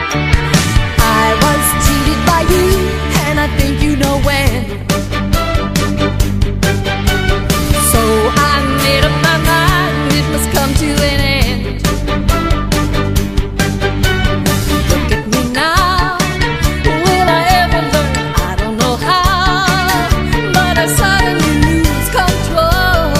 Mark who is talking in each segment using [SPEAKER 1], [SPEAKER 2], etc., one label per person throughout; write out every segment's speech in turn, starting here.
[SPEAKER 1] I was cheated by you, and I think you know when. So I made up my mind, it must come to an end. Look at me now, will I ever learn? I don't know how, but I suddenly lose control.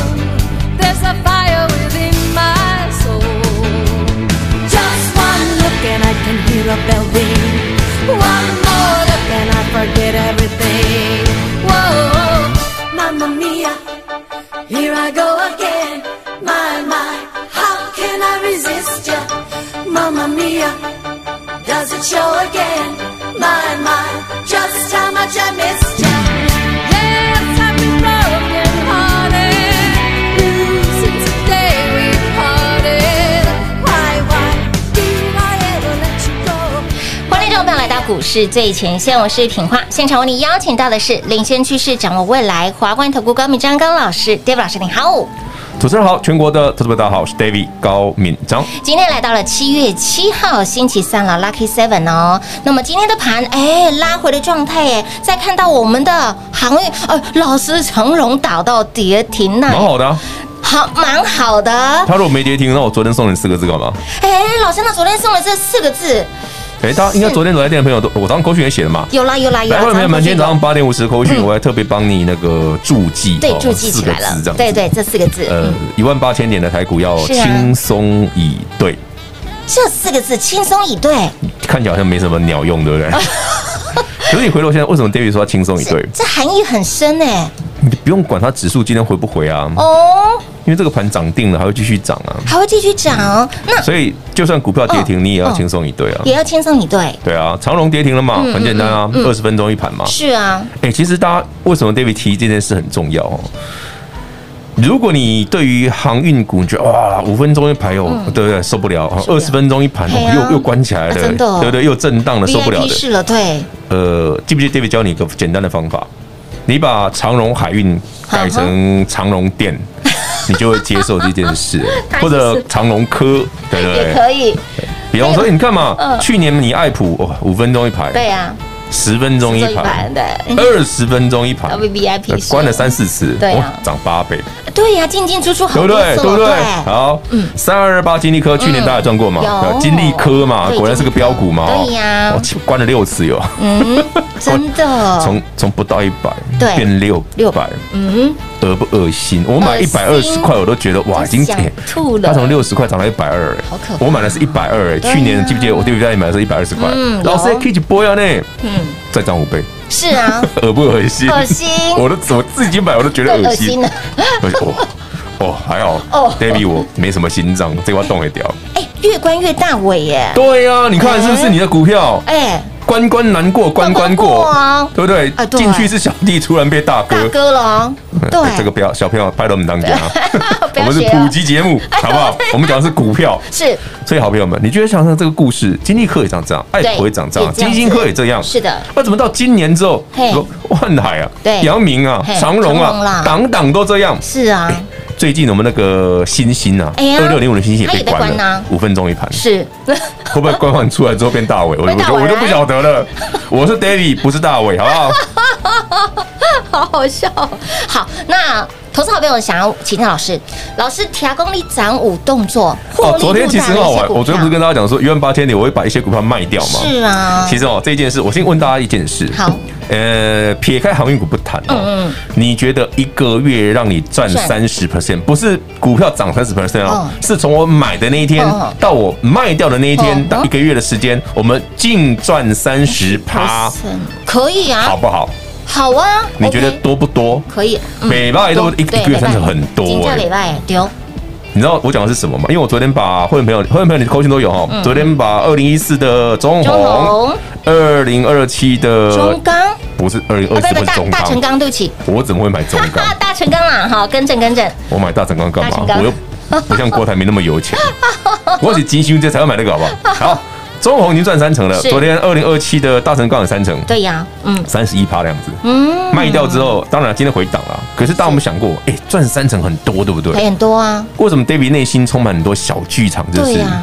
[SPEAKER 1] There's a fire within my soul. Just one look and I can hear a bell ring. One more look and I forget everything. Whoa, Mamma Mia, here I go again. My, my, how can I resist ya? Mamma Mia, does it show again? My, my, just how much I missed ya. Yes, I've been broken-hearted, blue since the day we parted. Why, why did I ever let you go?
[SPEAKER 2] 欢迎听众朋友来到股市最前线，我是品化。现场为你邀请到的是领先趋势、掌握未来华冠投顾高敏章高老师，David 老师，你好。
[SPEAKER 3] 主持人好，全国的投资者大家好，我是 David 高敏章。
[SPEAKER 2] 今天来到了七月七号星期三了，Lucky Seven 哦。那么今天的盘，哎，拉回的状态，哎，再看到我们的航运，呃，老师长荣打到跌停
[SPEAKER 3] 蛮
[SPEAKER 2] 了，
[SPEAKER 3] 好的、啊，
[SPEAKER 2] 好，蛮好的。
[SPEAKER 3] 他如果没跌停，那我昨天送你四个字干嘛？
[SPEAKER 2] 哎，老师，那昨天送了这四个字，
[SPEAKER 3] 哎、大家应该昨天来电的朋友都，我早上口讯也写了嘛。
[SPEAKER 2] 有啦有啦有
[SPEAKER 3] 来，
[SPEAKER 2] 啦。
[SPEAKER 3] 各位朋友们，
[SPEAKER 2] 咱
[SPEAKER 3] 今天早上
[SPEAKER 2] 们
[SPEAKER 3] 八点五十口讯，我还特别帮你那个注记，
[SPEAKER 2] 对
[SPEAKER 3] 哦
[SPEAKER 2] 注记起来
[SPEAKER 3] 四个
[SPEAKER 2] 了
[SPEAKER 3] 字这样，子
[SPEAKER 2] 对对，这四个字，
[SPEAKER 3] 呃
[SPEAKER 2] 嗯，，
[SPEAKER 3] 一万八千点的台股要
[SPEAKER 2] 是啊
[SPEAKER 3] 轻松以对，
[SPEAKER 2] 这四个字轻松以对。
[SPEAKER 3] 看起来好像没什么鸟用，对 不对？可是你回头现在，为什么 David 说要轻松以对？
[SPEAKER 2] 这含义很深哎。
[SPEAKER 3] 你不用管它指数今天回不回啊，
[SPEAKER 2] 哦，
[SPEAKER 3] 因为这个盘涨定了，还会继续涨啊。
[SPEAKER 2] 还会继续涨，那
[SPEAKER 3] 所以就算股票跌停，
[SPEAKER 2] 嗯
[SPEAKER 3] 你也要
[SPEAKER 2] 嗯
[SPEAKER 3] 轻松以对啊。
[SPEAKER 2] 也要轻松一对。
[SPEAKER 3] 对啊，长荣跌停了嘛，
[SPEAKER 2] 嗯
[SPEAKER 3] 很简单啊，二十分钟一盘嘛。
[SPEAKER 2] 是啊，
[SPEAKER 3] 哎，其实大家为什么 David 提这件事很重要哦？如果你对于航运股，你觉得哇，五分钟一盘哦，对不对？受不了，
[SPEAKER 2] 嗯不了
[SPEAKER 3] 二十分钟一盘
[SPEAKER 2] 嘿啊
[SPEAKER 3] 哦又又关起来了，
[SPEAKER 2] 啊真的哦
[SPEAKER 3] 对不对？又震荡了，受不了
[SPEAKER 2] VIP
[SPEAKER 3] 的。
[SPEAKER 2] 是了，对，
[SPEAKER 3] 呃，记不记得 David 教你一个简单的方法？你把长荣海运
[SPEAKER 2] 啊
[SPEAKER 3] 改成长荣 店，你就会接受这件事，或者长荣科，对不
[SPEAKER 2] 也
[SPEAKER 3] 对？
[SPEAKER 2] 可以，
[SPEAKER 3] 比方说，哎你看嘛
[SPEAKER 2] 嗯，
[SPEAKER 3] 去年你爱普哇，五分钟一盘，
[SPEAKER 2] 对啊，
[SPEAKER 3] 十分钟一
[SPEAKER 2] 做
[SPEAKER 3] 盘，
[SPEAKER 2] 对，
[SPEAKER 3] 二十分钟一盘，
[SPEAKER 2] W 啊 V I P
[SPEAKER 3] 呃关了三四次，
[SPEAKER 2] 对啊
[SPEAKER 3] 哇涨八倍，
[SPEAKER 2] 对呀，进进出出
[SPEAKER 3] 对
[SPEAKER 2] 好
[SPEAKER 3] 不
[SPEAKER 2] 多
[SPEAKER 3] 对？
[SPEAKER 2] 次
[SPEAKER 3] 对不
[SPEAKER 2] 了，
[SPEAKER 3] 对？好，三二二八金利科，去年大家赚过嘛？
[SPEAKER 2] 嗯有
[SPEAKER 3] 金利科嘛，
[SPEAKER 2] 对
[SPEAKER 3] 果然是个标股嘛，
[SPEAKER 2] 金利科对呀
[SPEAKER 3] 哦哦关了六次哟，
[SPEAKER 2] 嗯， 真的，
[SPEAKER 3] 从从不到一百
[SPEAKER 2] 对
[SPEAKER 3] 变六
[SPEAKER 2] 六
[SPEAKER 3] 百，
[SPEAKER 2] 嗯，
[SPEAKER 3] 恶不恶心？我买
[SPEAKER 2] 恶
[SPEAKER 3] 一
[SPEAKER 2] 心
[SPEAKER 3] 百二十块，我都觉得哇，已经
[SPEAKER 2] 想
[SPEAKER 3] 哎
[SPEAKER 2] 吐了
[SPEAKER 3] 它从六十块涨到一百二，哎
[SPEAKER 2] 好可怕
[SPEAKER 3] 我买的是一百二，哎，
[SPEAKER 2] 对啊
[SPEAKER 3] 去年记不记得我对比家里买的是一百二十块
[SPEAKER 2] 嗯？
[SPEAKER 3] 老师
[SPEAKER 2] 有
[SPEAKER 3] K 一波呀呢？
[SPEAKER 2] 嗯，
[SPEAKER 3] 再涨五倍，
[SPEAKER 2] 是啊，
[SPEAKER 3] 恶不恶心？
[SPEAKER 2] 恶心
[SPEAKER 3] 我都我自己买我都觉得
[SPEAKER 2] 对，
[SPEAKER 3] 恶
[SPEAKER 2] 恶心
[SPEAKER 3] 心
[SPEAKER 2] 了。。
[SPEAKER 3] 而且哦哦还好
[SPEAKER 2] 哦
[SPEAKER 3] ，David 我没什么心脏，这块动也掉。
[SPEAKER 2] 哎，越关越大尾耶，
[SPEAKER 3] 欸对呀，你看是不是你的股票
[SPEAKER 2] 哎，
[SPEAKER 3] 关关难过关关
[SPEAKER 2] 关
[SPEAKER 3] 过
[SPEAKER 2] 关过啊
[SPEAKER 3] 对不对
[SPEAKER 2] 啊？对
[SPEAKER 3] 进去是小弟，突然被大
[SPEAKER 2] 大
[SPEAKER 3] 哥。
[SPEAKER 2] 哥了哦，对，
[SPEAKER 3] 哎呃这个不要小朋友拍到我们当家。啊
[SPEAKER 2] 不
[SPEAKER 3] 我
[SPEAKER 2] 要
[SPEAKER 3] 们是
[SPEAKER 2] 学
[SPEAKER 3] 普
[SPEAKER 2] 啊，
[SPEAKER 3] 及 节目，好不好？我们讲的是股票，
[SPEAKER 2] 是
[SPEAKER 3] 所以好朋友们，你觉得想想这个故事，金立科也长这样，爱普也长这样，
[SPEAKER 2] 也这样
[SPEAKER 3] 金
[SPEAKER 2] 子
[SPEAKER 3] 星科也这样，
[SPEAKER 2] 是的，
[SPEAKER 3] 那怎么到今年之后
[SPEAKER 2] 嘿，
[SPEAKER 3] 万海啊
[SPEAKER 2] 对，
[SPEAKER 3] 阳明啊
[SPEAKER 2] 嘿，
[SPEAKER 3] 长
[SPEAKER 2] 长
[SPEAKER 3] 荣
[SPEAKER 2] 荣啦
[SPEAKER 3] 啊，档档都这样。
[SPEAKER 2] 是啊，
[SPEAKER 3] 最近我们那个星星啊，
[SPEAKER 2] 哎呀
[SPEAKER 3] 二六零五的星星也
[SPEAKER 2] 它也
[SPEAKER 3] 被
[SPEAKER 2] 被
[SPEAKER 3] 关
[SPEAKER 2] 关啊
[SPEAKER 3] 了，五分钟 一盘，
[SPEAKER 2] 是，
[SPEAKER 3] 会不会关完出来之后变大 伟？我我
[SPEAKER 2] 变大
[SPEAKER 3] 就
[SPEAKER 2] 伟啊
[SPEAKER 3] 我就不晓得了。我是 David，不是大伟，好不 好？
[SPEAKER 2] 好 好笑。好，那投资好朋友想要请教老师，老师提供你涨五动作，获利
[SPEAKER 3] 哦昨天其实很好玩，
[SPEAKER 2] 入
[SPEAKER 3] 我昨天不是跟大家讲说一万八千点，我会把一些股票卖掉吗？
[SPEAKER 2] 是啊，
[SPEAKER 3] 其实哦，这件事，我先问大家一件事。
[SPEAKER 2] 好，
[SPEAKER 3] 呃，撇开航运股不谈哦，
[SPEAKER 2] 嗯嗯
[SPEAKER 3] 你觉得一个月让你赚
[SPEAKER 2] 赚
[SPEAKER 3] 三十 percent，不是股票涨三十 percent 哦，
[SPEAKER 2] 嗯
[SPEAKER 3] 是从我买的那一天
[SPEAKER 2] 嗯嗯
[SPEAKER 3] 到我卖掉的那一
[SPEAKER 2] 嗯
[SPEAKER 3] 天
[SPEAKER 2] 嗯，
[SPEAKER 3] 到一个月的时间，我们净赚三十趴，
[SPEAKER 2] 可以啊，
[SPEAKER 3] 啊好不好？
[SPEAKER 2] 好啊，
[SPEAKER 3] 你觉得
[SPEAKER 2] OK，
[SPEAKER 3] 多不多？
[SPEAKER 2] 可以？嗯
[SPEAKER 3] 美拜都一个月三十很多
[SPEAKER 2] 金价
[SPEAKER 3] 哎
[SPEAKER 2] 美拜丢，
[SPEAKER 3] 你知道我讲的是什么吗？因为我昨天把会员朋友、会员朋友你的扣讯都有哈、昨天把二零一四的中
[SPEAKER 2] 嗯中
[SPEAKER 3] 红
[SPEAKER 2] 红、
[SPEAKER 3] 二零二七的
[SPEAKER 2] 中钢，哦
[SPEAKER 3] 不是二零呃二
[SPEAKER 2] 不
[SPEAKER 3] 四
[SPEAKER 2] 对，
[SPEAKER 3] 不是
[SPEAKER 2] 大
[SPEAKER 3] 中
[SPEAKER 2] 大成
[SPEAKER 3] 钢，
[SPEAKER 2] 钢，对不起，
[SPEAKER 3] 我怎么会买中
[SPEAKER 2] 哈
[SPEAKER 3] 钢
[SPEAKER 2] 哈，？大成钢啊，好，更正更正，
[SPEAKER 3] 我买大成钢干
[SPEAKER 2] 大
[SPEAKER 3] 嘛
[SPEAKER 2] 成？钢
[SPEAKER 3] 我又不像郭台铭那么 有钱，我是金星这才要买那个好不好？好，中红已经赚三成了，
[SPEAKER 2] 是
[SPEAKER 3] 昨天二零二七的大成钢有三成，
[SPEAKER 2] 对呀，嗯
[SPEAKER 3] 三十一趴的样子。
[SPEAKER 2] 嗯，
[SPEAKER 3] 卖掉之后，当然今天回档了。可是大家有没有想过，哎，赚三成很多，对不对？
[SPEAKER 2] 赔很多啊，
[SPEAKER 3] 为什么 David 内心充满很多小剧场？就
[SPEAKER 2] 对
[SPEAKER 3] 是
[SPEAKER 2] 呀，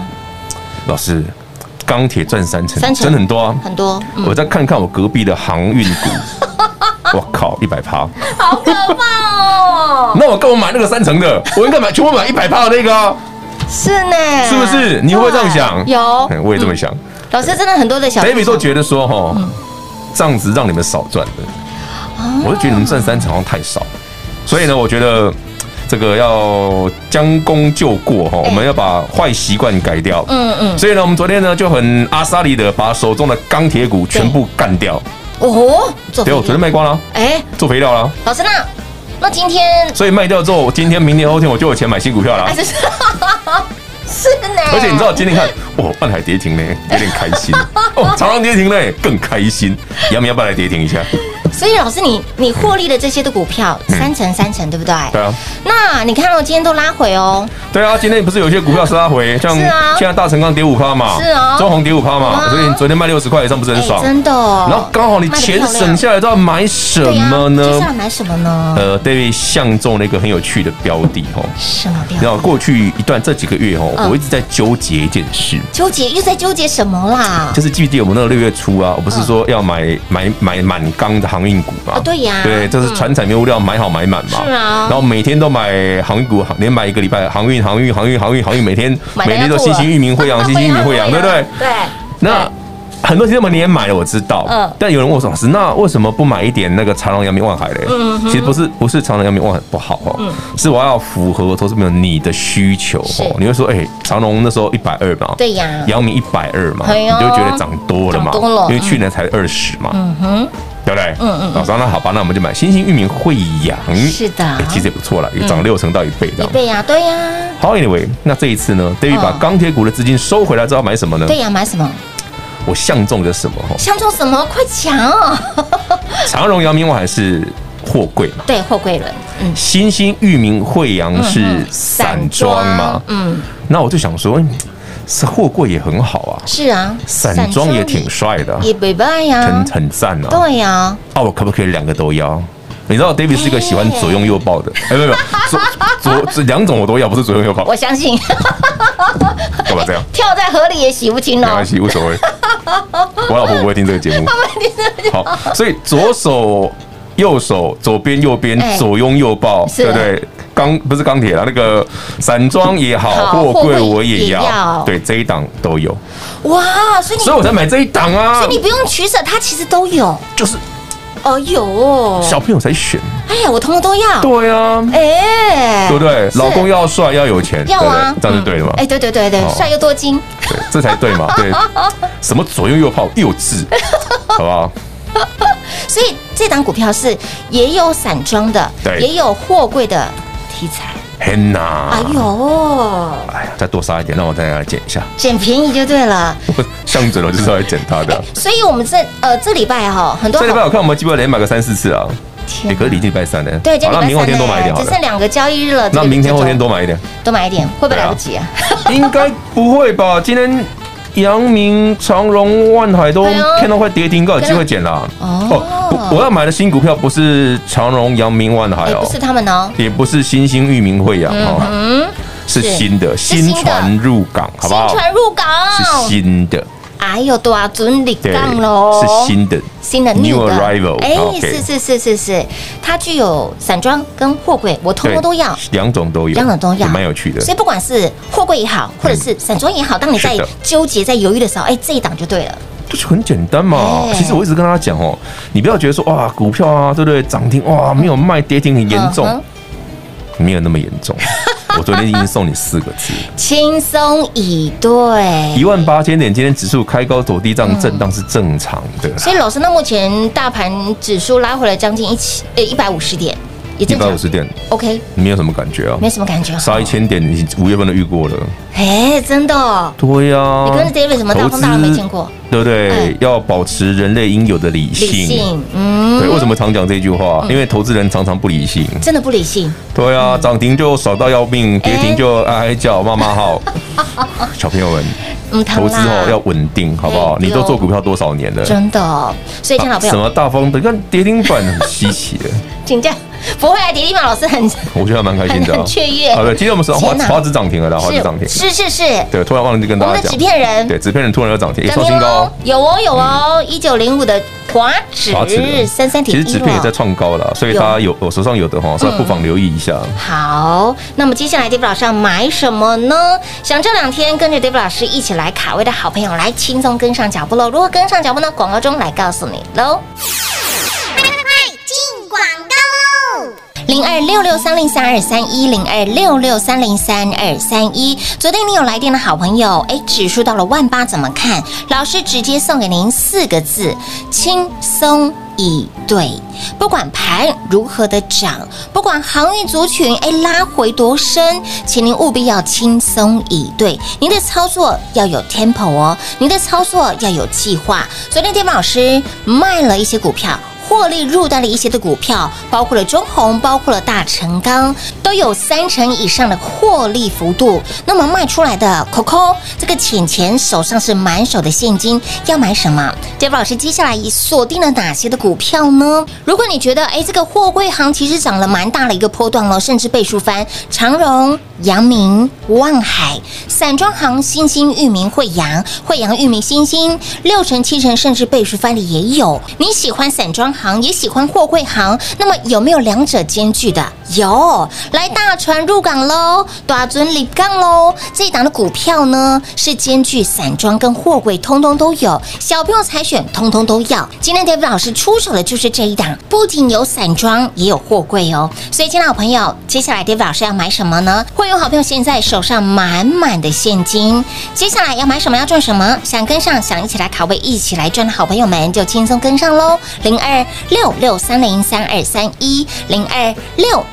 [SPEAKER 3] 老师，钢铁赚三成，
[SPEAKER 2] 三成
[SPEAKER 3] 真的很多啊！
[SPEAKER 2] 很多，嗯
[SPEAKER 3] 我再看看我隔壁的航运 股，我靠，一百趴！
[SPEAKER 2] 好可怕哦，
[SPEAKER 3] 那我干嘛买那个三成的？我应该买全部买一百趴的那个啊，
[SPEAKER 2] 是呢，
[SPEAKER 3] 是不是？你会不会这样想？
[SPEAKER 2] 对啊有
[SPEAKER 3] 嗯，我也这么想。
[SPEAKER 2] 老师真的很多的小
[SPEAKER 3] David 都觉得说，哈，这样子让你们少赚的，
[SPEAKER 2] 哦
[SPEAKER 3] 我就觉得你们赚三成好像太少，所以呢，我觉得。这个要将功就过哈，我们要把坏习惯改掉。
[SPEAKER 2] 哎嗯嗯，
[SPEAKER 3] 所以呢，我们昨天呢就很阿莎利的把手中的钢铁股全部干掉，
[SPEAKER 2] 哦，做
[SPEAKER 3] 对，我昨天卖光了，
[SPEAKER 2] 哎，
[SPEAKER 3] 做肥料了，
[SPEAKER 2] 老师那那今天
[SPEAKER 3] 所以卖掉之后，今天、明天、后天我就有钱买新股票了啊
[SPEAKER 2] 哎，。这是 是呢，
[SPEAKER 3] 而且你知道今天看，哇，万海跌停呢，有点开 心哦，长隆跌停呢，更开心。要不要不要来跌停一下？
[SPEAKER 2] 所以老师你，你获利的这些的股票、三成三成，对不对？
[SPEAKER 3] 嗯对啊，
[SPEAKER 2] 那你看哦，今天都拉回哦，
[SPEAKER 3] 对啊，今天不是有些股票是拉回，像
[SPEAKER 2] 是啊
[SPEAKER 3] 现在大成钢跌五趴嘛，
[SPEAKER 2] 是啊
[SPEAKER 3] 中红跌五趴嘛，
[SPEAKER 2] 哇
[SPEAKER 3] 所以你昨天卖六十块以上不是很爽？
[SPEAKER 2] 真的哦。
[SPEAKER 3] 然后刚好你
[SPEAKER 2] 卖得漂
[SPEAKER 3] 钱
[SPEAKER 2] 亮
[SPEAKER 3] 省下来，都要买什
[SPEAKER 2] 对呀
[SPEAKER 3] 么
[SPEAKER 2] 接下来
[SPEAKER 3] 呢？
[SPEAKER 2] 买什么呢？
[SPEAKER 3] 呃，David 相中了一个很有趣的标的哦。
[SPEAKER 2] 什么
[SPEAKER 3] 然
[SPEAKER 2] 标？
[SPEAKER 3] 后过去一段这几个月哦，
[SPEAKER 2] 嗯
[SPEAKER 3] 我一直在纠结一件事，
[SPEAKER 2] 纠结又在纠结什么啦
[SPEAKER 3] 就？是记不记得我们那个六月初啊，我不是说要买买买满缸的航运股嘛？
[SPEAKER 2] 哦对呀
[SPEAKER 3] 对，就是船产原物料买好买满嘛。
[SPEAKER 2] 是啊
[SPEAKER 3] 然后每天都买航运股，航连买一个礼拜航运航运航运航运航运，每天
[SPEAKER 2] 买到
[SPEAKER 3] 每天都
[SPEAKER 2] 要吐
[SPEAKER 3] 新
[SPEAKER 2] 了
[SPEAKER 3] 兴域名惠 阳，新兴域名惠阳，啊对不对？
[SPEAKER 2] 对，
[SPEAKER 3] 那很多人那么连买了，我知道。
[SPEAKER 2] 嗯
[SPEAKER 3] 但有人问我说：“老师，那为什么不买一点那个长隆、阳明、万海嘞？”
[SPEAKER 2] 嗯
[SPEAKER 3] 其实不是不是长隆、阳明、万海不好哦，是我要符合投资朋友你的需求
[SPEAKER 2] 是
[SPEAKER 3] 哦。你会说：“哎，长隆那时候一百二嘛，
[SPEAKER 2] 对呀
[SPEAKER 3] 阳明一百二嘛，
[SPEAKER 2] 哎
[SPEAKER 3] 你
[SPEAKER 2] 呦
[SPEAKER 3] 就觉得涨多了嘛，
[SPEAKER 2] 涨多了
[SPEAKER 3] 因为去年才二十嘛。”嗯哼。对不对？嗯嗯，老师，那好吧，那我们就买新兴域名惠阳，
[SPEAKER 2] 是的嗯
[SPEAKER 3] 哎其实也不错了，也涨六成到一倍这
[SPEAKER 2] 一
[SPEAKER 3] 样。
[SPEAKER 2] 倍呀，对呀，
[SPEAKER 3] 好，anyway，那这一次呢，David 把
[SPEAKER 2] 嗯
[SPEAKER 3] 钢铁股的资金收回来之后买什么呢？
[SPEAKER 2] 对呀，买什么？
[SPEAKER 3] 我相中的什么？哈，
[SPEAKER 2] 相中什么？快抢哦！
[SPEAKER 3] 长荣、阳明、万海是货柜嘛，
[SPEAKER 2] 对，货柜轮，嗯，
[SPEAKER 3] 新兴、裕民、惠阳是
[SPEAKER 2] 嗯
[SPEAKER 3] 散装嘛。
[SPEAKER 2] 嗯，
[SPEAKER 3] 那我就想说，嗯是货柜也很好啊，
[SPEAKER 2] 是啊，
[SPEAKER 3] 散装也挺帅的啊，
[SPEAKER 2] 也不败呀
[SPEAKER 3] 很，很赞啊。
[SPEAKER 2] 对呀，
[SPEAKER 3] 啊，我可不可以两个都要？你知道 David 是一个喜欢左拥右抱的，哎，没有没有，左左左两种我都要，不是左拥右抱，
[SPEAKER 2] 我相信
[SPEAKER 3] 干嘛这样？
[SPEAKER 2] 跳在河里也洗不清
[SPEAKER 3] 没
[SPEAKER 2] 哦
[SPEAKER 3] 关。系，无所谓。我老婆不会听这个节目。好，所以左手、右手、左边、右边、
[SPEAKER 2] 哎
[SPEAKER 3] 左拥右抱，
[SPEAKER 2] 是
[SPEAKER 3] 对不对？钢不是钢铁啦，那个散装也好，
[SPEAKER 2] 好
[SPEAKER 3] 货
[SPEAKER 2] 货
[SPEAKER 3] 柜
[SPEAKER 2] 柜
[SPEAKER 3] 我也
[SPEAKER 2] 也
[SPEAKER 3] 要
[SPEAKER 2] 要，
[SPEAKER 3] 对这一档都有，
[SPEAKER 2] 哇，所以你
[SPEAKER 3] 所以我才买这一档啊
[SPEAKER 2] 所以，你不用取舍，它其实都有。
[SPEAKER 3] 就是
[SPEAKER 2] 哦，有。
[SPEAKER 3] 小朋友才选，
[SPEAKER 2] 哎呀，我通通都要。
[SPEAKER 3] 对啊，
[SPEAKER 2] 哎，
[SPEAKER 3] 对不对？
[SPEAKER 2] 是
[SPEAKER 3] 老公要帅，要有钱，对
[SPEAKER 2] 要
[SPEAKER 3] 不
[SPEAKER 2] 啊
[SPEAKER 3] 对？，这样就对了嘛
[SPEAKER 2] 嗯，哎，对对对对
[SPEAKER 3] 哦，
[SPEAKER 2] 帅又多金，
[SPEAKER 3] 对，这才对 嘛，对，什么左拥右抱，幼稚，好不好？
[SPEAKER 2] 所以这档股票是也有散装的，
[SPEAKER 3] 对啊
[SPEAKER 2] 也有货柜的题材。
[SPEAKER 3] 天哪，
[SPEAKER 2] 哎呦，
[SPEAKER 3] 哎呀，再多杀一点，让我再来捡一下。
[SPEAKER 2] 捡便宜就对了。
[SPEAKER 3] 我向准了，就是要来捡它的。
[SPEAKER 2] 所以我们这呃这礼拜哈，哎很多
[SPEAKER 3] 这礼拜
[SPEAKER 2] 好
[SPEAKER 3] 我看我们基本连买个三四次啊，
[SPEAKER 2] 天
[SPEAKER 3] 也
[SPEAKER 2] 啊
[SPEAKER 3] 可是礼拜三呢。
[SPEAKER 2] 对，这
[SPEAKER 3] 好
[SPEAKER 2] 礼
[SPEAKER 3] 那
[SPEAKER 2] 拜
[SPEAKER 3] 明后天
[SPEAKER 2] 三
[SPEAKER 3] 多买一点好
[SPEAKER 2] 只剩
[SPEAKER 3] 了。
[SPEAKER 2] 两个交易日了，这
[SPEAKER 3] 那
[SPEAKER 2] 个
[SPEAKER 3] 明天
[SPEAKER 2] 这周
[SPEAKER 3] 后天多买一点，
[SPEAKER 2] 多买一点，会不会
[SPEAKER 3] 对啊
[SPEAKER 2] 来不及啊？
[SPEAKER 3] 应该不会吧？今天阳明、长荣、万海都
[SPEAKER 2] 哎呦
[SPEAKER 3] 看到快跌停，更有机会捡啦。
[SPEAKER 2] 哦
[SPEAKER 3] 不我要买的新股票不是长荣、阳明、万海
[SPEAKER 2] 也
[SPEAKER 3] 哦
[SPEAKER 2] 不，是他们哦，
[SPEAKER 3] 也不是新兴、裕民、惠阳哦，
[SPEAKER 2] 嗯，
[SPEAKER 3] 是
[SPEAKER 2] 是
[SPEAKER 3] 新的
[SPEAKER 2] 是新
[SPEAKER 3] 新
[SPEAKER 2] 的
[SPEAKER 3] 船入港，好不好
[SPEAKER 2] 新？船入港，
[SPEAKER 3] 是新的，
[SPEAKER 2] 哎呦，多啊，准你
[SPEAKER 3] 对，
[SPEAKER 2] 杠喽，
[SPEAKER 3] 是新的。
[SPEAKER 2] 新的
[SPEAKER 3] New
[SPEAKER 2] new 的
[SPEAKER 3] arrival，
[SPEAKER 2] 哎、
[SPEAKER 3] OK
[SPEAKER 2] 是是是是是，它具有散装跟货柜，我通通都要。
[SPEAKER 3] 对两种都有，
[SPEAKER 2] 两种都要
[SPEAKER 3] 也蛮有趣的
[SPEAKER 2] 所。以不管是货柜也好，或者是散装也好，当你在
[SPEAKER 3] 是的
[SPEAKER 2] 纠结、在犹豫的时候，哎，这一档就对了。
[SPEAKER 3] 就是很简单嘛。
[SPEAKER 2] 哎
[SPEAKER 3] 其实我一直跟大家讲哦，你不要觉得说哇，股票啊，对不对？涨停哇，没有卖，跌停很严重
[SPEAKER 2] 嗯，
[SPEAKER 3] 没有那么严 重。我昨天已经送你四个字：
[SPEAKER 2] 轻松以对。
[SPEAKER 3] 一万八千点。今天指数开高走低，这
[SPEAKER 2] 嗯
[SPEAKER 3] 样震荡是正常的。
[SPEAKER 2] 所以老师，那目前大盘指数拉回了将近一千呃一百五十点，也
[SPEAKER 3] 一
[SPEAKER 2] 正
[SPEAKER 3] 百
[SPEAKER 2] 常
[SPEAKER 3] 五十点，
[SPEAKER 2] ，OK，
[SPEAKER 3] 没有什么感觉啊
[SPEAKER 2] 没，什么感觉。
[SPEAKER 3] 杀一千点，你五月份都遇过了，
[SPEAKER 2] 哎，真的哦，
[SPEAKER 3] 对呀、
[SPEAKER 2] 你跟着 David 什么大风大浪没见过？
[SPEAKER 3] 对不对
[SPEAKER 2] 嗯？
[SPEAKER 3] 要保持人类应有的理
[SPEAKER 2] 理
[SPEAKER 3] 性。
[SPEAKER 2] 性，嗯，
[SPEAKER 3] 对，为什么常讲这句话？因为投资人常常不理性。
[SPEAKER 2] 真的不理性，
[SPEAKER 3] 对
[SPEAKER 2] 嗯
[SPEAKER 3] 啊，涨停就爽到要命，跌停就哀哀叫，骂骂号。
[SPEAKER 2] 哎
[SPEAKER 3] 小朋友们，
[SPEAKER 2] 嗯，他
[SPEAKER 3] 投资哦要稳定，好不好？
[SPEAKER 2] 哎
[SPEAKER 3] 你都
[SPEAKER 2] 有
[SPEAKER 3] 做股票多少年了？啊
[SPEAKER 2] 真的哦，所以听老朋
[SPEAKER 3] 什
[SPEAKER 2] 友，
[SPEAKER 3] 么大风的，看跌停板很稀奇 的，
[SPEAKER 2] 请假不会啊，迪丽玛老师很
[SPEAKER 3] 我觉得还蛮开心的啊。
[SPEAKER 2] 很雀跃
[SPEAKER 3] 好的，今天我们是华
[SPEAKER 2] 天哪
[SPEAKER 3] 华指涨停了啦，华指涨停。
[SPEAKER 2] 是是是是，
[SPEAKER 3] 对，突然忘记跟
[SPEAKER 2] 我
[SPEAKER 3] 大
[SPEAKER 2] 们的
[SPEAKER 3] 家
[SPEAKER 2] 纸
[SPEAKER 3] 讲。
[SPEAKER 2] 片人
[SPEAKER 3] 对，纸片人突然要涨停，也
[SPEAKER 2] 涨
[SPEAKER 3] 创
[SPEAKER 2] 停
[SPEAKER 3] 新高
[SPEAKER 2] 喽
[SPEAKER 3] 哦。，
[SPEAKER 2] 有哦有哦，一九零五的华指
[SPEAKER 3] 华指的
[SPEAKER 2] 三三
[SPEAKER 3] 其
[SPEAKER 2] 点一
[SPEAKER 3] 实
[SPEAKER 2] 啊
[SPEAKER 3] 纸片也在创高了，所以大家有我手上有的哈，
[SPEAKER 2] 嗯
[SPEAKER 3] 所以不妨留意一下。
[SPEAKER 2] 哦好，那么接下来 David 老师要买什么呢？想这两天跟着 David 老师一起来卡位的好朋友，来轻松跟上脚步喽。如何跟上脚步呢？广告中来告诉你喽。零二六六三零三二三一零二六六三零三二三一。昨天你有来电的好朋友，哎，指数到了万八怎么看？老师直接送给您四个字：轻松。以对，不管盘如何的涨，不管航运族群哎拉回多深，请您务必要轻松以对，您的操作要有 tempo 哦，您的操作要有计划。昨天天宝老师卖了一些股票，获利入袋了一些的股票，包括了中红，包括了大成钢，都有三成以上的获利幅度。那么卖出来的 Coco 这个浅钱手上是满手的现金，要买什么？David 老师接下来锁定了哪些的股票呢？如果你觉得哎这个货柜行其实涨了蛮大的一个波段了，甚至倍数翻，长荣、阳明、望海、散装行、新兴、域名、惠阳、惠阳、域名、新兴，六成、七成甚至倍数翻的也有。你喜欢散装行，也喜欢货柜行，那么有没有两者兼具的？有，来大船入港喽，大尊立港喽。这一档的股票呢，是兼具散装跟货柜，通通都有。小朋友采选，通通都要。今天 David 老师出手的就是这一档，不仅有散装，也有货柜哦。所以，亲爱的朋友，接下来 David 老师要买什么呢？会有好朋友现在手上满满的现金，接下来要买什么，要赚什么，想跟上，想一起来卡位，一起来赚的好朋友们就轻松跟上喽。零二六六三零三二三一，零二六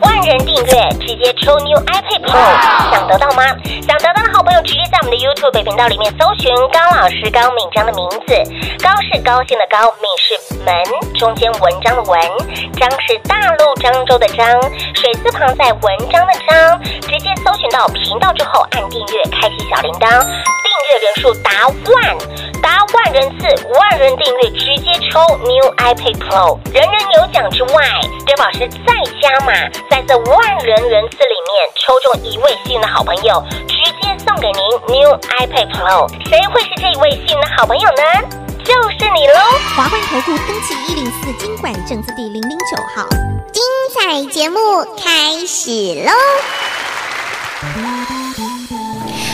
[SPEAKER 4] 万人订阅，直接抽 New iPad Pro，想得到吗？想得到的好朋友，直接在我们的 YouTube 频道里面搜寻高老师高敏章的名字，高是高兴的高，敏是门，中间文章的文，章是大陆漳州的漳，水字旁在文章的章，直接搜寻到频道之后按订阅，开启小铃铛，订阅人数达万。达万人次、万人订阅，直接抽 New iPad Pro，人人有奖之外 d a 老师再加码，在这万人人次里面抽中一位幸运的好朋友，直接送给您 New iPad Pro。谁会是这一位幸运的好朋友呢？就是你喽！
[SPEAKER 5] 华冠投顾登记一零四经管证字第零零九号。精彩节目开始喽！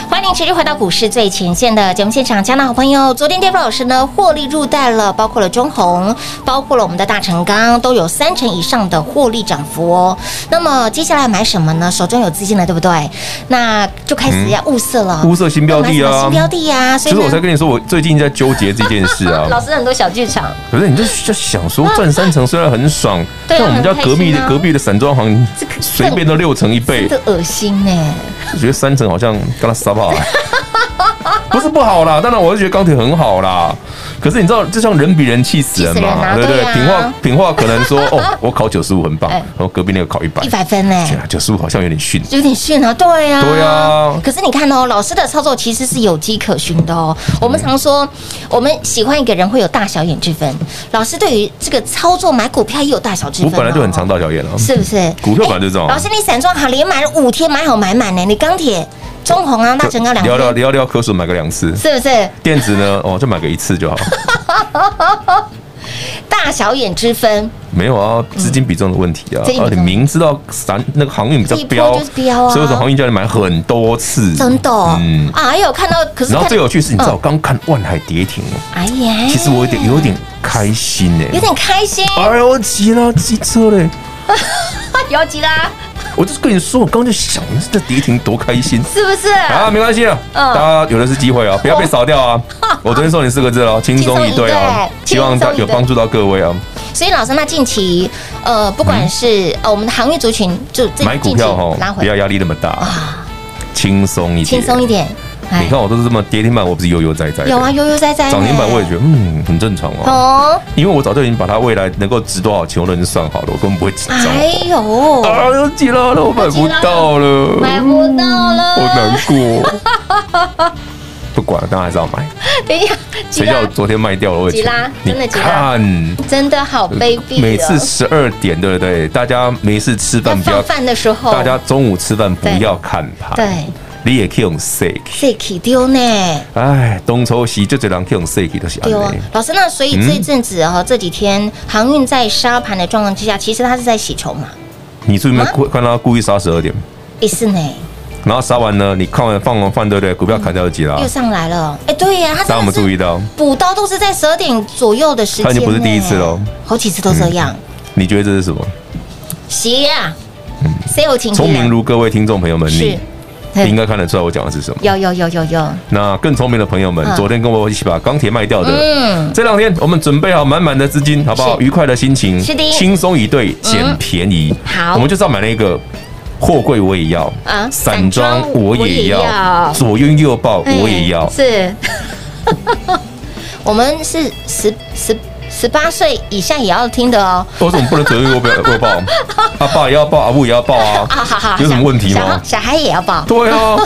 [SPEAKER 2] 欢迎持续回到股市最前线的节目现场，加拿好朋友，昨天 David 老师呢获利入袋了，包括了中红，包括了我们的大成钢，都有三成以上的获利涨幅哦。那么接下来买什么呢？手中有资金了，对不对？那就开始要嗯物色了，
[SPEAKER 3] 物色新标的
[SPEAKER 2] 要买什么
[SPEAKER 3] 啊，
[SPEAKER 2] 新标的啊，所
[SPEAKER 3] 其
[SPEAKER 2] 以
[SPEAKER 3] 实
[SPEAKER 2] 呢
[SPEAKER 3] 我才跟你说，我最近在纠结这件事啊。
[SPEAKER 2] 老师很多小剧场，
[SPEAKER 3] 可是你就就想说，赚三成虽然很爽，
[SPEAKER 2] 对啊
[SPEAKER 3] 但我们家隔
[SPEAKER 2] 很开心
[SPEAKER 3] 壁的
[SPEAKER 2] 啊
[SPEAKER 3] 隔壁的散装行
[SPEAKER 2] 这个
[SPEAKER 3] 随便都六成一倍
[SPEAKER 2] 真，的恶心呢、
[SPEAKER 3] 我觉得三 啊成好像跟他撒吧。不是不好啦，当然我是觉得钢铁很好啦，可是你知道，就像人比人气死人
[SPEAKER 2] 气死人
[SPEAKER 3] 嘛，
[SPEAKER 2] 啊
[SPEAKER 3] 对不
[SPEAKER 2] 对啊
[SPEAKER 3] 对？品化品化可能说，哦，我考九十五很 棒，
[SPEAKER 2] 哎
[SPEAKER 3] 然后隔壁那个考一百啊
[SPEAKER 2] 一，百分呢，
[SPEAKER 3] 九十五好像有点逊。
[SPEAKER 2] 有点逊啊，对呀、
[SPEAKER 3] 对啊
[SPEAKER 2] 可是你看哦，老师的操作其实是有迹可循的哦。我们常说，我们喜欢一个人会有大小眼之分，老师对于这个操作买股票也有大小之
[SPEAKER 3] 我
[SPEAKER 2] 分、哦，
[SPEAKER 3] 本来就很常大小眼了，
[SPEAKER 2] 是不是？
[SPEAKER 3] 股票本来就这样啊
[SPEAKER 2] 哎老师，你散装好连买了五天，买好买满呢。你钢铁、中红啊，那整个两
[SPEAKER 3] 聊聊
[SPEAKER 2] 天，
[SPEAKER 3] 聊聊科数买个两次，
[SPEAKER 2] 是不是
[SPEAKER 3] 电子呢，哦，就买个一次 就好。
[SPEAKER 2] 大小眼之分？
[SPEAKER 3] 没有啊，资金比重的问题啊
[SPEAKER 2] 资金比，重
[SPEAKER 3] 而你明知道咱那个航运比较
[SPEAKER 2] 这
[SPEAKER 3] 飙
[SPEAKER 2] 一波就是，飙啊
[SPEAKER 3] 所以说航运叫你买很多次，
[SPEAKER 2] 真的、哦，啊，哎呦，看到，可是
[SPEAKER 3] 嗯然后
[SPEAKER 2] 看
[SPEAKER 3] 最有趣是，你知道我
[SPEAKER 2] 嗯
[SPEAKER 3] 刚看万海跌停哦，
[SPEAKER 2] 哎呀，
[SPEAKER 3] 其实我有点有点开心欸呢、
[SPEAKER 2] 有点开心，
[SPEAKER 3] 哎呦，急了，急 车嘞！
[SPEAKER 2] 有急啊啦，
[SPEAKER 3] 我就是跟你说，我刚刚就想，这跌停多开心
[SPEAKER 2] 是不是？
[SPEAKER 3] 啊！没关系啊，
[SPEAKER 2] 嗯哦
[SPEAKER 3] 大家有的是机会啊，不要被扫 掉啊！我昨天送你四个字哦，轻松一对啊，
[SPEAKER 2] 轻
[SPEAKER 3] 希
[SPEAKER 2] 松一对
[SPEAKER 3] 望大有帮助到各位啊。
[SPEAKER 2] 所以老师，那近期呃，不管是、呃我们的行业族群，就这
[SPEAKER 3] 嗯买股票
[SPEAKER 2] 近期拉
[SPEAKER 3] 哈，不
[SPEAKER 2] 回啊
[SPEAKER 3] 要压力那么大，轻松一点，
[SPEAKER 2] 轻松一。点。哎
[SPEAKER 3] 你看我都是这么跌停板，我不是悠悠哉哉的，
[SPEAKER 2] 有啊，悠悠哉哉呢。
[SPEAKER 3] 涨停板我也觉得嗯很正常哦，
[SPEAKER 2] 哦，
[SPEAKER 3] 因为我早就已经把它未来能够值多少钱我都已经算好了，我根本不会紧张。
[SPEAKER 2] 哎呦，
[SPEAKER 3] 啊，又急了，那我买不到了，
[SPEAKER 2] 买不到
[SPEAKER 3] 好
[SPEAKER 2] 了。
[SPEAKER 3] 难过。 不管，当然还是要买。
[SPEAKER 2] 等一下，
[SPEAKER 3] 谁
[SPEAKER 2] 急
[SPEAKER 3] 叫
[SPEAKER 2] 啦
[SPEAKER 3] 我，昨天卖掉了？我也
[SPEAKER 2] 急
[SPEAKER 3] 觉得
[SPEAKER 2] 啦
[SPEAKER 3] 你
[SPEAKER 2] 真的急啦
[SPEAKER 3] 看，
[SPEAKER 2] 真的好卑鄙哦。
[SPEAKER 3] 每次十二点，对不对？大家没事吃
[SPEAKER 2] 在
[SPEAKER 3] 饭不要
[SPEAKER 2] 放，饭的时候，
[SPEAKER 3] 大家中午吃饭不
[SPEAKER 2] 对
[SPEAKER 3] 要看盘。
[SPEAKER 2] 对，
[SPEAKER 3] 你也可以用 sick。
[SPEAKER 2] 这起丢呢，
[SPEAKER 3] 哎，东抽西就这人可以用 sick 都是安
[SPEAKER 2] 丢啊
[SPEAKER 3] 尼。
[SPEAKER 2] 老师，那所以这一阵子哦，这几天航运在沙盘的状况之下，其实它是在洗筹码，
[SPEAKER 3] 你注意没
[SPEAKER 2] 啊
[SPEAKER 3] 有看到他故意杀十二点，
[SPEAKER 2] 也是呢，
[SPEAKER 3] 嗯然后杀完呢，你看完放完饭，对不对？股票砍掉就急啦
[SPEAKER 2] 又。上来了。哎，对呀，它
[SPEAKER 3] 啊大
[SPEAKER 2] 真的
[SPEAKER 3] 家有没有
[SPEAKER 2] 是
[SPEAKER 3] 注意到？
[SPEAKER 2] 补刀都是在十二点左右的时间、
[SPEAKER 3] 他已
[SPEAKER 2] 呢，
[SPEAKER 3] 经不是第一次喽，
[SPEAKER 2] 好几次都这样。
[SPEAKER 3] 你觉得这是什么？
[SPEAKER 2] 谁呀、谁有情
[SPEAKER 3] 嗯聪明如各位听众朋友们，
[SPEAKER 2] 是嗯
[SPEAKER 3] 你应该看得出来我讲的是什么。
[SPEAKER 2] 有有有有有，
[SPEAKER 3] 那更聪明的朋友们
[SPEAKER 2] 嗯，
[SPEAKER 3] 昨天跟我一起把钢铁卖掉的，
[SPEAKER 2] 嗯，
[SPEAKER 3] 这两天我们准备好满满的资金，好不好？
[SPEAKER 2] 是
[SPEAKER 3] 愉快的心情，
[SPEAKER 2] 是的嗯
[SPEAKER 3] 轻松一对，捡便宜。
[SPEAKER 2] 好
[SPEAKER 3] 我们就是要买那个。货柜我也要
[SPEAKER 2] 啊
[SPEAKER 3] 散装
[SPEAKER 2] 散装
[SPEAKER 3] 我
[SPEAKER 2] 我也
[SPEAKER 3] 也
[SPEAKER 2] 要
[SPEAKER 3] 要，左拥右抱我也要哦
[SPEAKER 2] 哎。是， 我们是十十十八岁以下也要听的哦。
[SPEAKER 3] 我怎么不能左拥右抱？右抱？ 阿爸也要抱，阿布也要抱啊
[SPEAKER 2] 啊，！好好，
[SPEAKER 3] 有什么
[SPEAKER 2] 小
[SPEAKER 3] 问题吗
[SPEAKER 2] 小孩小孩也要报。
[SPEAKER 3] 对啊，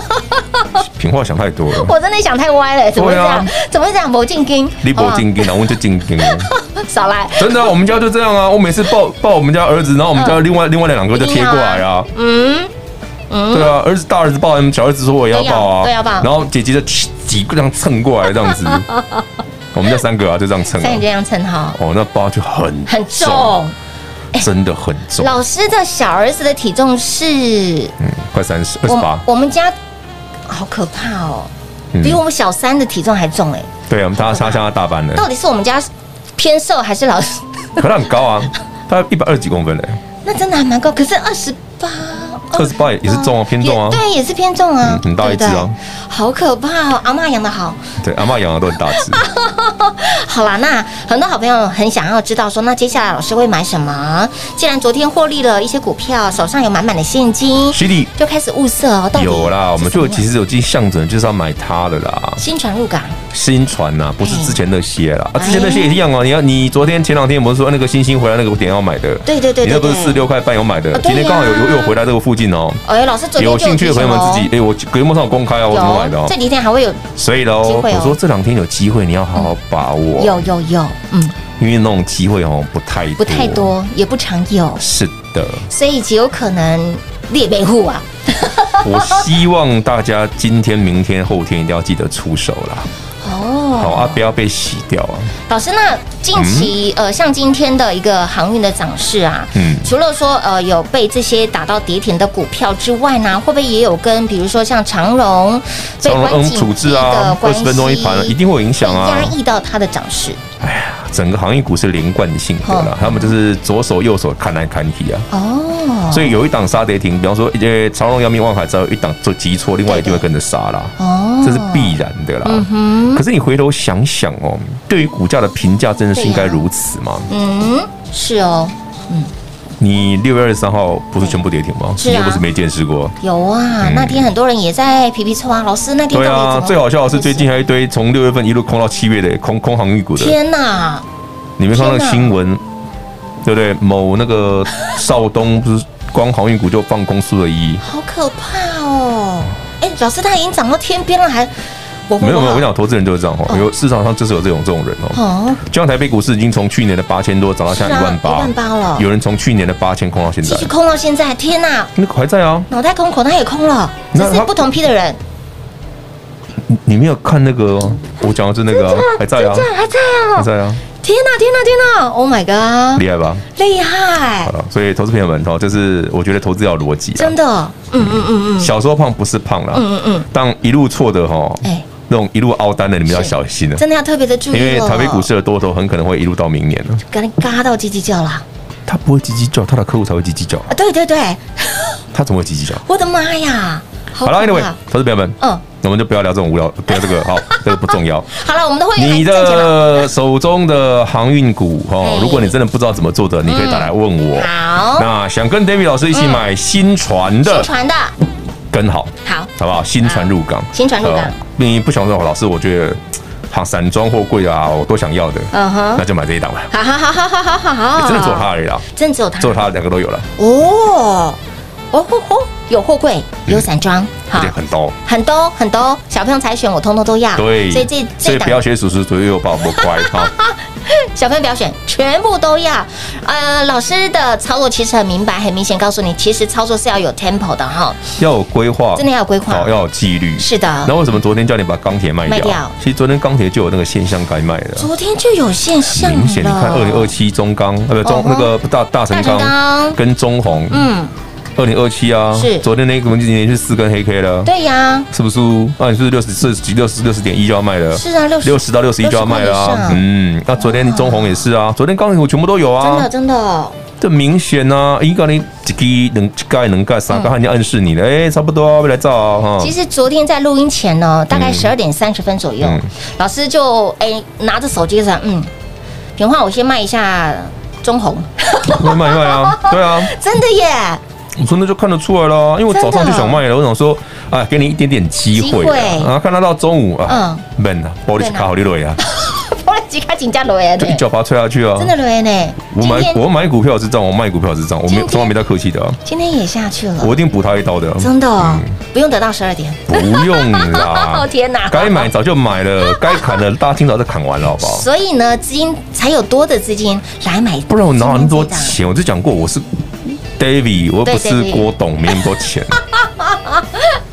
[SPEAKER 3] 品话想太多了。
[SPEAKER 2] 我真的想太歪了，怎么会这样
[SPEAKER 3] 对？
[SPEAKER 2] 怎么会这样？某进金，
[SPEAKER 3] 你不进
[SPEAKER 2] 哦
[SPEAKER 3] 京，然后我就进京了。
[SPEAKER 2] 好不好少来，
[SPEAKER 3] 真的啊、我们家就这样啊。我每次抱抱我们家儿子，然后我们家另外、另外那两个就贴过来啊。
[SPEAKER 2] 嗯，
[SPEAKER 3] 对啊，儿子大儿子抱，小儿子说我也要抱啊，
[SPEAKER 2] 都要都要抱
[SPEAKER 3] 然后姐姐就几个这样蹭过来这 样子，我们家三个啊就这样蹭啊
[SPEAKER 2] 像你。这样称号
[SPEAKER 3] 哦，那包就很
[SPEAKER 2] 很重。
[SPEAKER 3] 真的很重，
[SPEAKER 2] 老师的小儿子的体重是
[SPEAKER 3] 嗯，快三十，二十
[SPEAKER 2] 我
[SPEAKER 3] 八，
[SPEAKER 2] 我们家好可怕哦，
[SPEAKER 3] 嗯
[SPEAKER 2] 比我们小三的体重还重哎。
[SPEAKER 3] 对啊，他他现在大班了，
[SPEAKER 2] 到底是我们家偏瘦还是老师？
[SPEAKER 3] 可他很高啊，他一百二十几公分嘞，
[SPEAKER 2] 那真的还蛮高，可是二十八。
[SPEAKER 3] 二十八也是重啊，偏重啊
[SPEAKER 2] 哦也，对，也是偏重啊，
[SPEAKER 3] 嗯很大一只
[SPEAKER 2] 对
[SPEAKER 3] 啊
[SPEAKER 2] 不对好可怕哦！阿嬷养的好，
[SPEAKER 3] 对，阿妈养的都很大 只，
[SPEAKER 2] 好啦，那很多好朋友很想要知道说，那接下来老师会买什么？既然昨天获利了一些股票，手上有满满的现金，
[SPEAKER 3] 犀利
[SPEAKER 2] 就开始物色哦。到底
[SPEAKER 3] 有啦，我们就其
[SPEAKER 2] 实
[SPEAKER 3] 实有进象征就是要买它的啦，
[SPEAKER 2] 新船入港，
[SPEAKER 3] 新船呐、不是之前那些啦，啊，
[SPEAKER 2] 哎
[SPEAKER 3] 之前那些也一样哦。你要你昨天前两天我们说那个星星回来那个点要买的，
[SPEAKER 2] 对对对对对
[SPEAKER 3] 你那不是四六块半有买的
[SPEAKER 2] 啊，对呀
[SPEAKER 3] 今天刚好有有有回来这个附近哦。
[SPEAKER 2] 哎，老师昨天就
[SPEAKER 3] 有兴趣的朋友们自
[SPEAKER 2] 提
[SPEAKER 3] 己
[SPEAKER 2] 醒，
[SPEAKER 3] 哎，我节目上有公开啊，我怎么
[SPEAKER 2] 哦
[SPEAKER 3] 买的
[SPEAKER 2] 有
[SPEAKER 3] 哦
[SPEAKER 2] 这。几天还会有
[SPEAKER 3] 所以喽，
[SPEAKER 2] 机会哦
[SPEAKER 3] 我说这两天有机会你要好好把握，
[SPEAKER 2] 有有有，嗯，
[SPEAKER 3] 因为那种机会哦不太
[SPEAKER 2] 不太。多，也不常有，
[SPEAKER 3] 是的，
[SPEAKER 2] 所以极有可能列维护啊。
[SPEAKER 3] 我希望大家今天、明天、后天一定要记得出手啦，好
[SPEAKER 2] 哦，
[SPEAKER 3] 啊，不要被洗掉啊。
[SPEAKER 2] 老师，那近期、呃，像今天的一个航运的涨势啊，
[SPEAKER 3] 嗯
[SPEAKER 2] 除了说呃有被这些打到跌停的股票之外呢，会不会也有跟比如说像长荣、被
[SPEAKER 3] 长荣
[SPEAKER 2] 关
[SPEAKER 3] 嗯
[SPEAKER 2] 紧
[SPEAKER 3] 处置
[SPEAKER 2] 闭的
[SPEAKER 3] 啊，
[SPEAKER 2] 关
[SPEAKER 3] 二
[SPEAKER 2] 系
[SPEAKER 3] 十分钟一盘一定会有影响啊，
[SPEAKER 2] 会压抑到它的涨势
[SPEAKER 3] 整个行业股是连贯性的啦
[SPEAKER 2] 哦，
[SPEAKER 3] 他们就是左手右手看来看去啊，
[SPEAKER 2] 哦。
[SPEAKER 3] 所以有一档杀跌停，比方说呃长荣、阳明、万海，只要有一档做急挫，另外一定会跟着杀啦，
[SPEAKER 2] 哦嗯
[SPEAKER 3] 这是必然的啦。可是你回头想想哦，对于股价的评价真的是应该如此吗？
[SPEAKER 2] 嗯是哦，
[SPEAKER 3] 你六月二十三号不是全部跌停吗？
[SPEAKER 2] 是啊
[SPEAKER 3] 你又不是没见识过。
[SPEAKER 2] 有啊，那天很多人也在皮皮抽啊，老师那天
[SPEAKER 3] 嗯对
[SPEAKER 2] 到底怎
[SPEAKER 3] 啊，
[SPEAKER 2] 么
[SPEAKER 3] 最好笑的是最近还有一堆从六月份一路空到七月的空空航运股的，
[SPEAKER 2] 天哪，
[SPEAKER 3] 你没看到那个
[SPEAKER 2] 天哪
[SPEAKER 3] 新闻，对不对？某那个少东不是光航运股就放空输了一，
[SPEAKER 2] 好可怕哦！哎，老师他已经涨到天边了，还我啊
[SPEAKER 3] 没有没有，我跟你讲，投资人就是这样哈，有市场上就是有这种这种人哦。
[SPEAKER 2] 哦，啊
[SPEAKER 3] 就像台北股市已经从去年的八千多涨到现在一万
[SPEAKER 2] 一
[SPEAKER 3] 八
[SPEAKER 2] 万，八了，
[SPEAKER 3] 有人从去年的八千空到现
[SPEAKER 2] 继
[SPEAKER 3] 在
[SPEAKER 2] 续，空到现在，天哪，
[SPEAKER 3] 那个还在啊。
[SPEAKER 2] 脑袋空，口袋也空了，
[SPEAKER 3] 那
[SPEAKER 2] 这是
[SPEAKER 3] 他
[SPEAKER 2] 不同批的人，
[SPEAKER 3] 你你没有看那个哦？我讲的是那个啊，还在啊，
[SPEAKER 2] 还在
[SPEAKER 3] 还
[SPEAKER 2] 哦！
[SPEAKER 3] 在啊，
[SPEAKER 2] 天哪，天哪，天哪！Oh my god，
[SPEAKER 3] 厉害吧？
[SPEAKER 2] 厉害
[SPEAKER 3] 好，了，所以投资朋友们哦，就是我觉得投资要有逻辑啊
[SPEAKER 2] 真。的，嗯嗯嗯嗯
[SPEAKER 3] 小时候胖不是胖啦，
[SPEAKER 2] 嗯嗯
[SPEAKER 3] 但一路错的哈
[SPEAKER 2] 哎，
[SPEAKER 3] 那种一路凹单的，你们要小心了啊
[SPEAKER 2] 嗯，，真的要特别的注意
[SPEAKER 3] 因为
[SPEAKER 2] 了
[SPEAKER 3] 台北股市的多头很可能会一路到明年了。
[SPEAKER 2] 赶紧嘎到叽叽叫啦！
[SPEAKER 3] 他不会叽叽叫，他的客户才会叽叽叫啊，
[SPEAKER 2] 啊，对对对，
[SPEAKER 3] 他怎么会叽叽叫？
[SPEAKER 2] 我的妈呀！好
[SPEAKER 3] 好了
[SPEAKER 2] 可怕
[SPEAKER 3] ，Anyway，投资朋友们，
[SPEAKER 2] 嗯，
[SPEAKER 3] 我们就不要聊这种无聊， 不要这个，好，这个不 重要。
[SPEAKER 2] 好了，我们的会员还
[SPEAKER 3] 你
[SPEAKER 2] 是赚钱了。
[SPEAKER 3] 的手中的航运股哦
[SPEAKER 2] 哎，
[SPEAKER 3] 如果你真的不知道怎么做的，你可以打来问我。
[SPEAKER 2] 好，
[SPEAKER 3] 那想跟 David 老师一起买新船
[SPEAKER 2] 新
[SPEAKER 3] 的，
[SPEAKER 2] 传的，
[SPEAKER 3] 跟好，
[SPEAKER 2] 好，
[SPEAKER 3] 好不好？新船入港，
[SPEAKER 2] 新船入港
[SPEAKER 3] 呃你不想说老师，我觉得好散装货柜啊，我都想要的，
[SPEAKER 2] 嗯哼，
[SPEAKER 3] 那就买这一档吧。
[SPEAKER 2] 好好好好好好好
[SPEAKER 3] 你
[SPEAKER 2] 好，
[SPEAKER 3] 真的做它，而已啦，
[SPEAKER 2] 真的只有他
[SPEAKER 3] 做它两个都有了，
[SPEAKER 2] 哦，哦吼吼，有货柜，
[SPEAKER 3] 嗯
[SPEAKER 2] 有散装，
[SPEAKER 3] 而
[SPEAKER 2] 好
[SPEAKER 3] 且，很多。
[SPEAKER 2] 很多很多，小朋友才选，我通通都要。
[SPEAKER 3] 对，
[SPEAKER 2] 所以这
[SPEAKER 3] 所
[SPEAKER 2] 这
[SPEAKER 3] 以不要
[SPEAKER 2] 档
[SPEAKER 3] 学叔叔左右抱，不乖 哈。
[SPEAKER 2] 小朋友不要选，全部都要。呃，老师的操作其实很明白，很明显告诉你，其实操作是要有 tempo 的哈。
[SPEAKER 3] 要有规划，
[SPEAKER 2] 真的要有规划
[SPEAKER 3] 好要有纪律。
[SPEAKER 2] 是的
[SPEAKER 3] 那为什么昨天叫你把钢铁卖
[SPEAKER 2] 啊卖
[SPEAKER 3] 掉？
[SPEAKER 2] 掉
[SPEAKER 3] 其实昨天钢铁就有那个现象该卖的啊，
[SPEAKER 2] 昨天就有现象了，
[SPEAKER 3] 明显你看二零二七中钢，呃，不中
[SPEAKER 2] 嗯哼
[SPEAKER 3] 那个大大成
[SPEAKER 2] 大成钢
[SPEAKER 3] 钢跟中红，
[SPEAKER 2] 嗯，
[SPEAKER 3] 二零二七啊，
[SPEAKER 2] 是
[SPEAKER 3] 昨天那个我们连续四根黑 K 了，
[SPEAKER 2] 对呀，
[SPEAKER 3] 是不是？那你是不是六十四几六十六十点一就要卖了？
[SPEAKER 2] 是啊，六十
[SPEAKER 3] 六十到六十一就要卖
[SPEAKER 2] 60块
[SPEAKER 3] 了
[SPEAKER 2] 以
[SPEAKER 3] 啊
[SPEAKER 2] 上，
[SPEAKER 3] 嗯，那昨天中红也是啊，昨天钢铁股全部都有
[SPEAKER 2] 真
[SPEAKER 3] 啊
[SPEAKER 2] 的，真的，
[SPEAKER 3] 这明显啊，一个你一支能一盖能盖三个，人家暗示你的，哎，差不多啊，未来造啊，哈
[SPEAKER 2] 嗯其实昨天在录音前呢，大概
[SPEAKER 3] 嗯
[SPEAKER 2] 十二点三十分左右，
[SPEAKER 3] 嗯
[SPEAKER 2] 老师就哎、拿着手机上，嗯，平话我先卖一下中红，
[SPEAKER 3] 卖卖卖啊，对啊，
[SPEAKER 2] 真的耶，
[SPEAKER 3] 我说那就看得出来了，因为我早上
[SPEAKER 2] 真的哦
[SPEAKER 3] 就想卖了，我想说，哎，给你一点点机会
[SPEAKER 2] 机
[SPEAKER 3] 啊
[SPEAKER 2] 会
[SPEAKER 3] 然后看他到中午啊闷啊，玻璃
[SPEAKER 2] 闷啊
[SPEAKER 3] 卡好利落 呀，
[SPEAKER 2] 我来几卡请假留言
[SPEAKER 3] 就
[SPEAKER 2] 呢
[SPEAKER 3] 一，脚把他踹下去啊
[SPEAKER 2] 真。的留言呢，
[SPEAKER 3] 我
[SPEAKER 2] 今
[SPEAKER 3] 买
[SPEAKER 2] 天
[SPEAKER 3] 我买股票是这样，我卖股票是这样，我没
[SPEAKER 2] 今
[SPEAKER 3] 有
[SPEAKER 2] 天
[SPEAKER 3] 从来没他客气的啊，
[SPEAKER 2] 今天也下去了，
[SPEAKER 3] 我一定补他一刀的啊。
[SPEAKER 2] 真的、哦不用等到十二点，
[SPEAKER 3] 不用
[SPEAKER 2] 哦
[SPEAKER 3] 啦，
[SPEAKER 2] 天哪
[SPEAKER 3] 该买早就 买了，该砍的大家清早就砍完了，好不好？
[SPEAKER 2] 所以呢，资金才有多的资金来买，
[SPEAKER 3] 不然我哪有那么多？钱？我就讲过，我是 David，我又不
[SPEAKER 2] 对
[SPEAKER 3] 是
[SPEAKER 2] ，David
[SPEAKER 3] 郭董，没那么多钱。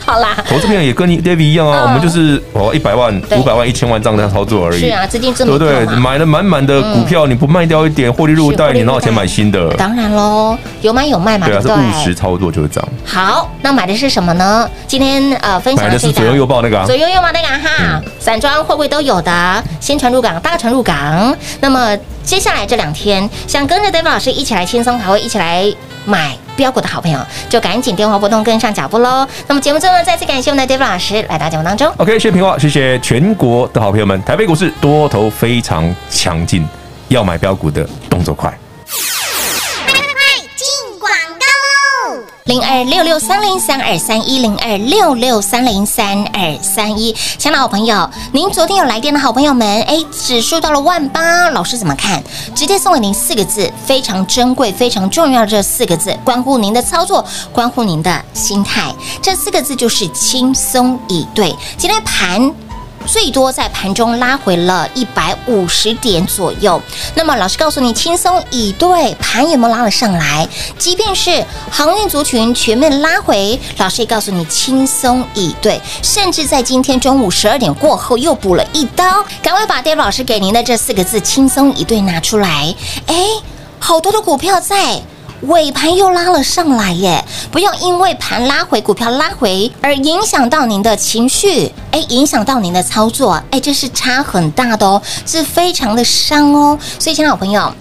[SPEAKER 2] 好啦，
[SPEAKER 3] 投资朋友也跟你 David 一样啊，
[SPEAKER 2] 嗯
[SPEAKER 3] 我们就是哦一百万、
[SPEAKER 2] 对
[SPEAKER 3] 五百万、一千万这样的操作而已，
[SPEAKER 2] 是啊，资金这
[SPEAKER 3] 对
[SPEAKER 2] 么
[SPEAKER 3] 不
[SPEAKER 2] 多
[SPEAKER 3] 对？
[SPEAKER 2] 嘛。
[SPEAKER 3] 买了满满的股票，你不卖掉一点获利入
[SPEAKER 2] 是获
[SPEAKER 3] 袋，
[SPEAKER 2] 利
[SPEAKER 3] 你
[SPEAKER 2] 入
[SPEAKER 3] 哪有钱
[SPEAKER 2] 袋
[SPEAKER 3] 买新的？
[SPEAKER 2] 当然喽，有买有卖嘛，
[SPEAKER 3] 对
[SPEAKER 2] 对
[SPEAKER 3] 啊，
[SPEAKER 2] 不
[SPEAKER 3] 是
[SPEAKER 2] 对？
[SPEAKER 3] 务实操作就是这样。
[SPEAKER 2] 好，那买的是什么呢？今天呃分享
[SPEAKER 3] 买的
[SPEAKER 2] 的这
[SPEAKER 3] 是
[SPEAKER 2] 档
[SPEAKER 3] 左右右嗯抱那个啊
[SPEAKER 2] 左，右右嘛那个啊哈，散装货柜都有的，先船入港，大船入港。那么接下来这两天，想跟着 David 老师一起来轻松还会一起来买。标股的好朋友，就赶紧电话拨通跟上脚步喽。那么节目最后呢，再次感谢我们的 David 老师来到节目当中。
[SPEAKER 3] OK，谢谢平话，谢谢全国的好朋友们。台北股市多头非常强劲，要买标股的动作快。
[SPEAKER 2] 零二六六三零三二三一零二六六三零三二三一，亲爱的好朋友，您昨天有来电的好朋友们，哎，指数到了万八，老师怎么看？直接送给您四个字，非常珍贵、非常重要的这四个字，关乎您的操作，关乎您的心态。这四个字就是轻松以对。今天盘最多在盘中拉回了一百五十点左右。那么老师告诉你，轻松以对，盘有没有拉了上来？即便是航运族群全面拉回，老师也告诉你轻松以对，甚至在今天中午十二点过后又补了一刀。赶快把 Dave 老师给您的这四个字“轻松以对”拿出来，哎，好多的股票在。尾盘又拉了上来耶！不要因为盘拉回、股票拉回而影响到您的情绪，哎，影响到您的操作，哎，这是差很大的哦，是非常的伤哦。所以，亲爱的好朋友，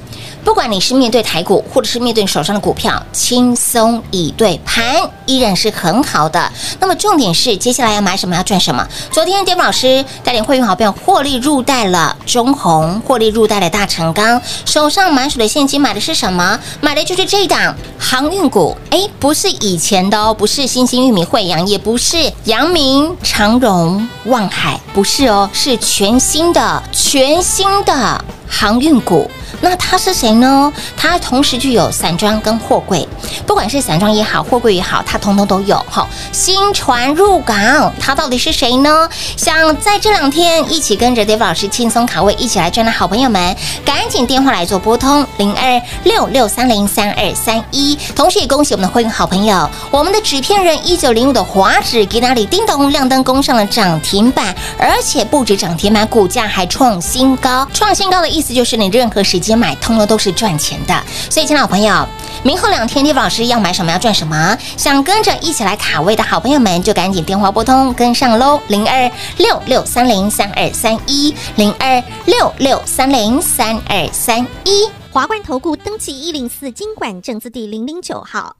[SPEAKER 2] 不管你是面对台股，或者是面对你手上的股票，轻松以对盘依然是很好的。那么重点是接下来要买什么，要赚什么。昨天 d a 老师带领会员好朋友获利入袋了中红，获利入袋了大成钢，手上满手的现金买的是什么？买的就是这一档航运股。哎，不是以前的哦，不是新兴玉米、惠阳，也不是阳明、长荣、望海，不是哦，是全新的、全新的航运股。那它是谁呢？它同时具有散装跟货柜，不管是散装也好，货柜也好，它通通都有。哈、新船入港，它到底是谁呢？想在这两天一起跟着 Dave 老师轻松卡位，一起来赚的好朋友们，赶紧电话来做拨通零二六六三零三二三一。同时也恭喜我们的会员好朋友，我们的纸片人一九零五的华指给那里叮咚亮灯攻上了涨停板，而且不止涨停板，股价还创新高。创新高的意思就是你任何时间买，通通都是赚钱的。所以，亲爱的朋友，明后两天 d a 老师要买什么，要赚什么，想跟着一起来卡位的好朋友们，就赶紧电话拨通跟上喽，零二六六三零三二三一，零二六六三零三二三一。
[SPEAKER 5] 华冠投顾登记一零四经管证字第零零九号。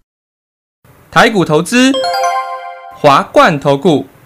[SPEAKER 6] 台股投资，华冠投顾。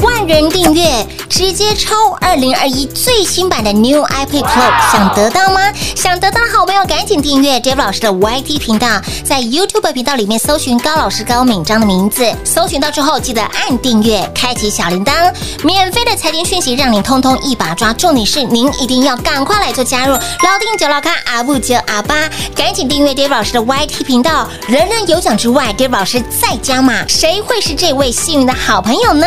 [SPEAKER 2] 万人订阅，直接抽二零二一最新版的 New iPad Pro，想得到吗？想得到的好朋友赶紧订阅 Dave 老师的 YT 频道，在 YouTube 频道里面搜寻高老师高敏章的名字，搜寻到之后记得按订阅，开启小铃铛，免费的财经讯息让你通通一把抓。重点是您一定要赶快来做加入，老定九老咖阿布九阿巴，赶紧订阅 Dave 老师的 YT 频道，人人有奖之外，Dave 老师再加码，谁会是这位幸运的好朋友呢？